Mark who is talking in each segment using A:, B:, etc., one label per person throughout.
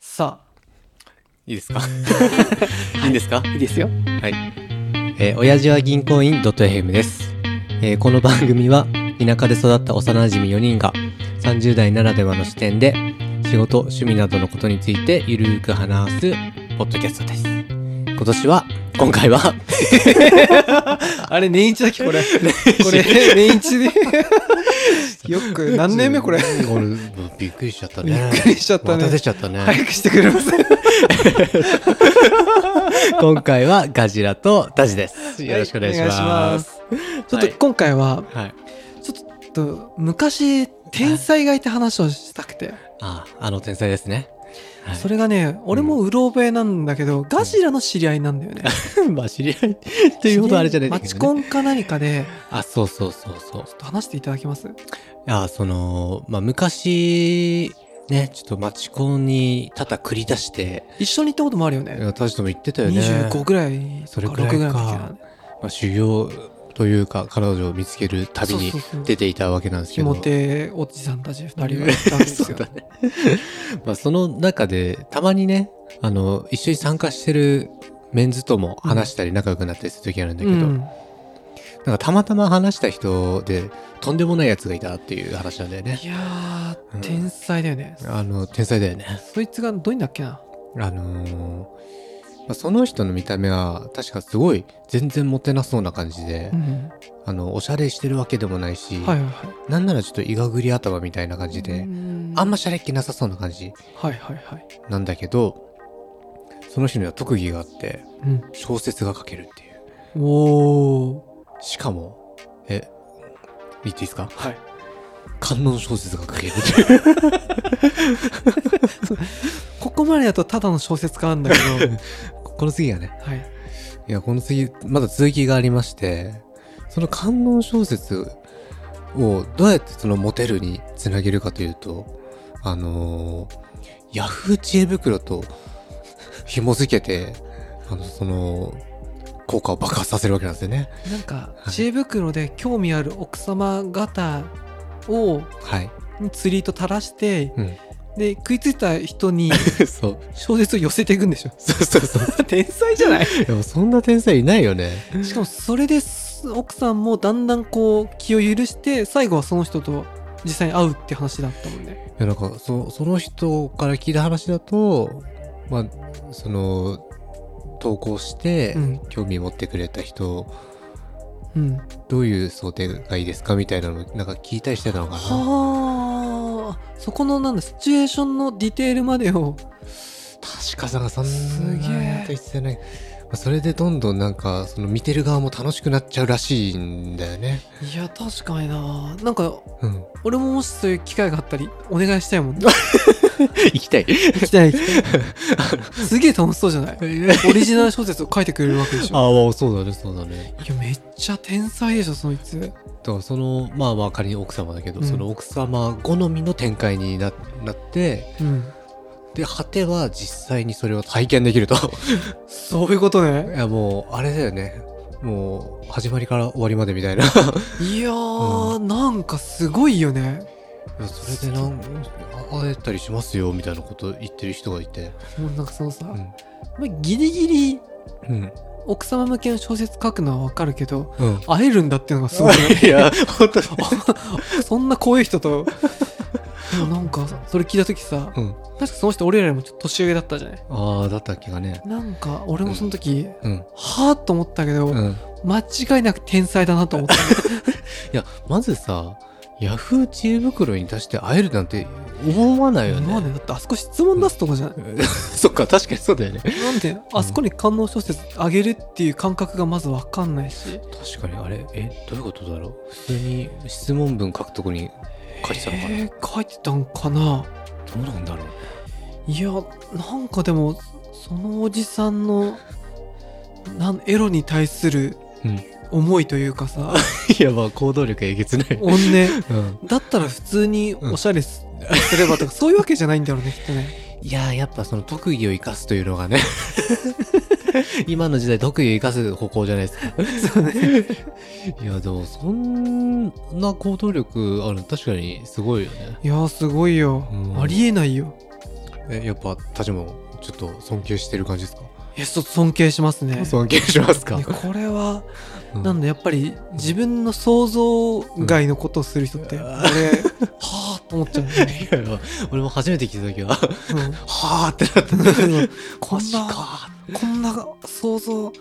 A: さ
B: いいですかいいんですか
A: あいいですよ
B: はい。えー親父は銀行員 .fm です。えーこの番組は、田舎で育った幼馴染4人が、30代ならではの視点で、仕事、趣味などのことについてゆるーく話す、ポッドキャストです。今年は、今回は、
A: あれ年一だっけこれこれ年一で よく何年目これ
B: 俺びっくりしちゃったね。
A: びっくりしちゃったね
B: また出ちゃったね。
A: 早くしてくれません
B: 今回は、ガジラとタジです。よろしくお願いしま
A: お
B: す。
A: 願いしますちょっと今回は
B: はい。
A: ちょっと昔天才がいて話をしたくて
B: あ、あの天才ですね。はい
A: それがね俺もうろ覚えなんだけどガジラの知り合いなんだ よね
B: まあ知り合いっていうほどあれじゃないんだ
A: マ
B: けど、
A: チ
B: ね、
A: コンか何かで
B: あそうそうそうそう
A: ちょっと話していただけます
B: あそのまあ昔ねちょっとマチコンにただ繰り出して
A: 一緒に行ったこともあるよね
B: 私とも言ってたよね
A: 25ぐらいと
B: それ
A: か
B: くらい
A: 6
B: か
A: ぐらいの時だね
B: まあ、修行というか彼女を見つける旅に
A: そうそうそう
B: 出ていたわけなんです
A: ひ
B: けど
A: もておじさんたち2人は行ったんです
B: そう
A: よ
B: だね まあその中でたまにねあの一緒に参加してるメンズとも話したり仲良くなったりする時あるんだけ
A: う
B: ど、
A: ん
B: なんかたまたま話した人でとんでもないやつがいたっていう話なんだよね
A: いやー、
B: うん
A: 天才だよね。
B: あの天才だよね
A: そいつがどういうんだっけな。
B: あのーまあその人の見た目は確かすごい全然モテなそうな感じで、
A: うん、
B: あのおしゃれしてるわけでもないし、
A: はいはいはい。
B: なんならちょっといがぐり頭みたいな感じで、
A: うん
B: あんましゃれっ気なさそうな感じ
A: はいはいはい。
B: なんだけどその人には特技があって
A: うん、
B: 小説が書けるっていう
A: おー。
B: しかもえ言っていいですか
A: はい。
B: 観音小説が書けるっていう
A: ここまでだとただの小説家なんだけ ど。
B: こ の次がね
A: はい。
B: いや、この次、まだ続きがありまして、その観音小説をどうやってそのモテるにつなげるかというと、あのーヤフー知恵袋と 紐付けて、あの、その、効果を爆発させるわけなんですよね。
A: なんか、
B: はい
A: 知恵袋で興味ある奥様方を
B: はい。
A: 釣りと垂らして、
B: うん。
A: で、食いついた人 に
B: そう。
A: 小説を寄せていくんでしょ。
B: そうそうそう。
A: 天才じゃない
B: でもそんな天才いないよね。
A: しかもそれです奥さんもだんだんこう気を許して最後はその人と実際に会うって話だったもんね。
B: いやなんかそその人から聞いた話だとまあその投稿して
A: うん
B: 興味持ってくれた人、
A: うん、
B: どういう想定がいいですかみたいなのなんか聞いたりしてたのかな
A: はあそこのなんだシチュエーションのディテールまでを
B: 確かさんがそん
A: すげえ
B: なこと言ってたねまあそれでどんどんなんかその見てる側も楽しくなっちゃうらしいんだよね
A: いや確かにななんか
B: うん
A: 俺ももしそういう機会があったりお願いしたいもん
B: 行 きたい
A: 行きたい行きたいすげえ楽しそうじゃないオリジナル小説を書いてくれるわけでしょ
B: ああまあそうだねそうだね
A: いやめっちゃ天才でしょそいつ
B: だからそのまあまあ仮に奥様だけど、
A: うん
B: その奥様好みの展開にななって
A: うん
B: で果ては実際にそれを体験できる と
A: そういうことね
B: いやもうあれだよねもう始まりから終わりまでみたいな
A: いやー、なんかすごいよね
B: それでなん会えたりしますよみたいなこと言ってる人がいて
A: もうなんかそのさ、
B: うん
A: まあギリギリ
B: うん
A: 奥様向けの小説書くのはわかるけど
B: うん
A: 会えるんだっていうのがすごいね
B: いや本当に
A: そんな怖い人とでもなんかそれ聞いた時さ
B: うん
A: 確かその人俺らよりもちょっと年上だったじゃない
B: ああだったっけがね
A: なんか俺もその時、
B: うん
A: はあと思ったけど、
B: うん
A: 間違いなく天才だなと思った
B: いやまずさヤフー知恵袋に出して会えるなんて思わないよ
A: 今ま
B: ね
A: でだってあそこ質問出すとこじゃない、
B: そっか確かにそうだよね
A: なんであそこに観音小説あげるっていう感覚がまずわかんないし
B: 確かにあれえどういうことだろう普通に質問文書くとこに書いてたのかな、
A: えー書いてたんかな
B: どうなんだろう
A: いやなんかでもそのおじさんのなんエロに対する
B: うん
A: 思いというかさ
B: いやまあ行動力えげつない。
A: 本音
B: うん、
A: だったら普通におしゃれす,、ればとかそういうわけじゃないんだろうねきっと ね
B: いやーやっぱその特技を生かすというのが ね今の時代特技を生かす方向じゃない ですか。
A: そうね
B: いやでもそんな行動力あるの確かにすごいよね。
A: いやーすごいよ、
B: うん
A: ありえないよ
B: え、やっぱ、たちも、ちょっと尊敬してる感じですか、
A: えちょっと尊敬します ね
B: 尊敬しますか
A: いやこれは
B: うん
A: なんだやっぱり自分の想像外のことをする人って、
B: うん
A: 俺はあと思 っちゃうね、
B: いやいや 俺も初めて聞いた時は、
A: うん
B: はぁって なった。
A: こん
B: マジ
A: な
B: か
A: こんな想像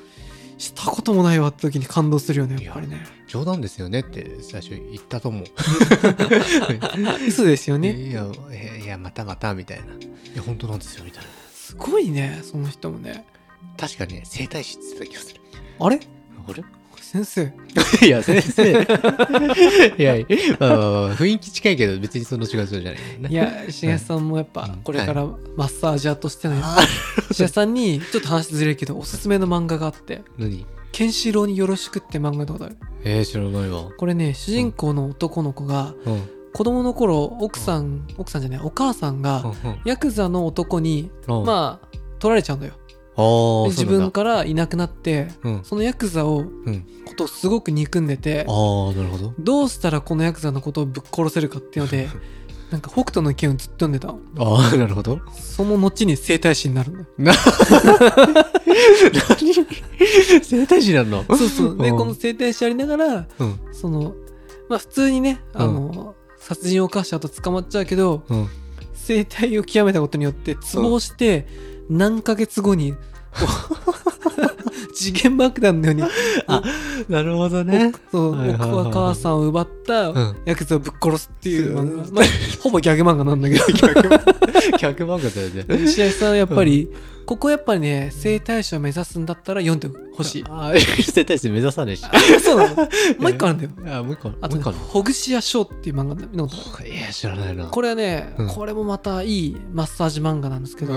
A: したこともないわって時に感動するよねやっぱりね
B: 冗談ですよねって最初言った と思う。
A: 嘘ですよね
B: いや、いやいや、またまたみたいな。いや、本当なんですよみたいな。
A: すごいねその人もね
B: 確かね、整体師って言ってた気がする。
A: あれ
B: あれ
A: 先生
B: いや、先生。 いや、まあまあまあ雰囲気近いけど、別にその違う人じゃない。
A: いやしげさんもやっ
B: う
A: ぱ
B: ん
A: これからマッサージャーとしての
B: あ
A: しげさんにちょっと話ずれるけどおすすめの漫画があって
B: 何
A: 「ケンシロウによろしく」って漫画のことある
B: えー、知らないわ。
A: これね主人公の男の子が
B: うん。う
A: 子供の頃奥さん奥さんじゃないお母さんが
B: ん
A: ヤクザの男に
B: うんあ
A: まあ取られちゃうんだよ
B: ー、
A: で
B: そ
A: 自
B: うな
A: 分
B: んだ。
A: からいなくなって
B: うん。
A: そのヤクザを
B: うん。
A: ことをすごく憎んでて
B: あー、なるほど。
A: どうしたらこのヤクザのことをぶっ殺せるかっていうの でなんか北斗の拳をずっと読んでたの
B: あー、なるほど。
A: その後に整体師になるんだよ
B: 何整体師なの
A: そうそうで
B: うん
A: この整体師やりながら
B: うん。
A: そのまあ普通にねあの、殺人を犯した後捕まっちゃうけど
B: うん。
A: 整体を極めたことによってツボをして何ヶ月後にこ う次元爆弾のように
B: なるほどね。
A: そう
B: はいはいはいはい
A: お母さんを奪った
B: ん。
A: ヤクザをぶっ殺すっていう漫画、
B: うん
A: まあ、ほぼギャグ漫画なんだけど
B: 100万かだよね。
A: 白石さんはやっぱり、ここやっぱりね整体師を目指すんだったら読んでほしい
B: あー、 整体師目指さねえし。
A: そう なのもう一個あるんだよ
B: あ、もう一個。も
A: あ
B: う
A: と、
B: 一
A: ね
B: 個ある
A: 「ほぐし屋ショー」っていう漫画見たことある
B: いや、知らないな。
A: これはね、
B: うん
A: これもまたいいマッサージ漫画なんですけど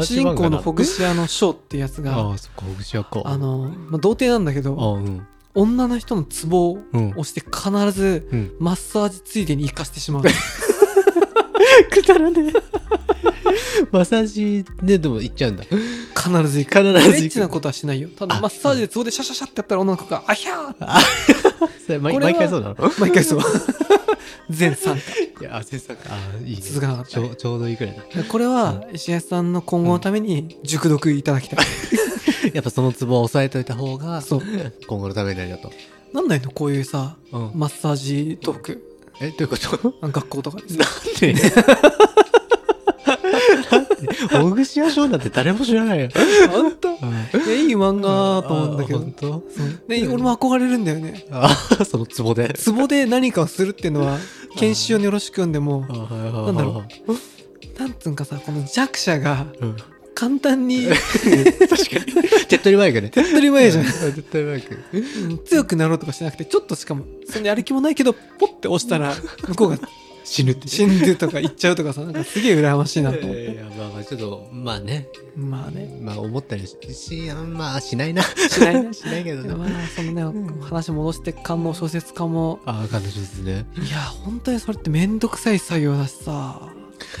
B: 主
A: 主人公のほぐ
B: し
A: し屋のショーっていうやつ
B: あ
A: が
B: あ、そっか、ほぐし屋か。
A: あ、の、まあ、童貞なんだけ
B: あ
A: ど
B: うん。
A: 女の人のツボを
B: うん。
A: 押して必ず
B: うん
A: マッサージついでに生かして しまう
B: くだらねえ。 マッサージね、でも行っちゃうんだ。
A: 必ず行く
B: 必ず行く
A: エッチなことはしないよただ
B: あ
A: マッサージでツボでシャシャシャってやったら女の子が「あひゃー!」って
B: それ毎
A: これは
B: 毎回そうなの
A: 毎回そう全3巻
B: いや、あ、先生か。あいいね。
A: 続かなかった
B: ちょちょうどいいくらいだ。
A: これは石橋さんの今後のために熟読いただきたい、
B: やっぱそのツボを押さえといた方が、
A: そう
B: 今後のためになるよと。
A: なんないのこういうさ
B: うん。
A: マッサージトーク
B: え、どういうこと
A: 学校とかでさ
B: なん でほぐし屋ショーなんて誰も知らないよ。
A: 本当 いやいい漫画だと思うんだけ
B: あ本
A: ど
B: 当
A: で俺も憧れるんだよね
B: あ、そのツボで。
A: ツボで何かをするっていうのは研修をよろしく読んでも
B: あはいはいはい
A: なんだろなんつうんかさこの弱者が
B: うん
A: 簡単に
B: 確か に。手っ取り早くね。手っ
A: 取り早いじゃん
B: 手っ取り早く。
A: 強くなろうとかしなくてちょっとしかもそんなやる気もないけどポッて押したら向こうが
B: 死ぬって。
A: 死んでとか言っちゃうとかさなんかすげえ羨ましいなと思っ
B: いやい
A: て
B: やまあまあちょっとまあね
A: まあね
B: まあ思ったりししまあしないな し
A: しないな
B: ないけど
A: で
B: な
A: まあそのね、
B: ん
A: 話戻してかも小説家も
B: ああ彼女ですね
A: いや本当にそれって面倒くさい作業だしさ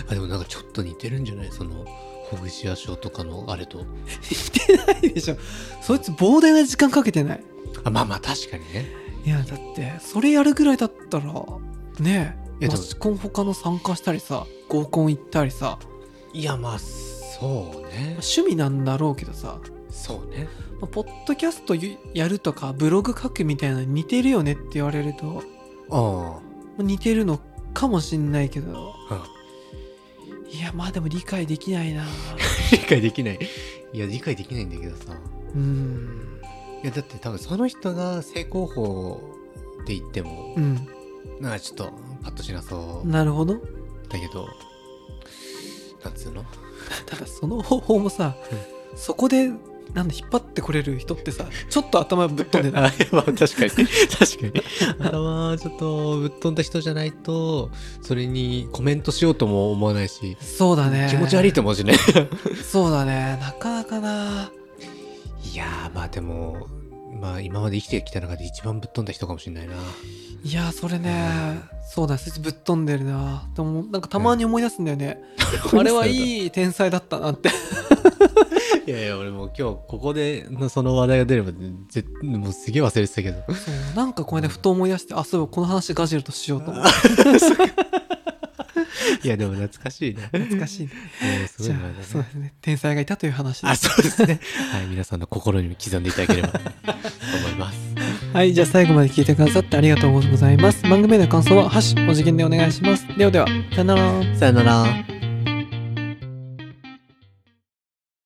B: あでもなんかちょっと似てるんじゃないそのほぐし屋ショーとかのあれと
A: 言ってないでしょそいつ膨大な時間かけてない
B: あまあまあ確かにね
A: いやだってそれやるぐらいだったらね
B: い
A: え
B: やで
A: マ
B: も
A: スコン他の参加したりさ合コン行ったりさ
B: いやまあそうね
A: 趣味なんだろうけどさ
B: そうね
A: まあポッドキャストゆやるとかブログ書くみたいなのに似てるよねって言われると
B: あ
A: 似てるのかもしんないけど
B: あ
A: いやまあでも理解できないな
B: 理解できないいや理解できないんだけどさ
A: うん
B: いやだって多分その人が正攻法って言っても
A: うん
B: なんかちょっとパッとしなそう
A: なるほど
B: だけどなんつうの
A: ただその方法もさ、そこでなんだ引っ張ってこれる人ってさちょっと頭ぶっ飛んで
B: あ
A: ない
B: やまあ 確かに確かに頭ちょっとぶっ飛んだ人じゃないとそれにコメントしようとも思わないし
A: そうだね
B: 気持ち悪い
A: と
B: と思う しね
A: そうだねなかなかない
B: やーまあでもまあ今まで生きてきた中で一番ぶっ飛んだ人かもし れないない
A: やそれねそうだねそいつぶっ飛んでるなでもなんかたまに思い出すんだよね、あれはいい天才だったなって
B: いやいや俺もう今日ここでのその話題が出ればぜもうすげえ忘れてたけど
A: そうなんかこれねふと思い出してあそういえばこの話ガジェルとしようと思って
B: いや、でも懐かしいな。
A: 懐かしいね。
B: えーすごい
A: じゃ
B: 前
A: あ、
B: だ
A: そう
B: ね
A: で。すね。天才がいたという話で
B: あ、
A: す。
B: そうで すね。はい、皆さんの心にも刻んでいただければと思います。
A: はい、じゃあ最後まで聞いてくださってありが とうございます。番組への感想は、ハッシュ、お次元でお願いします。ではでは、さよなら。
B: さよなら。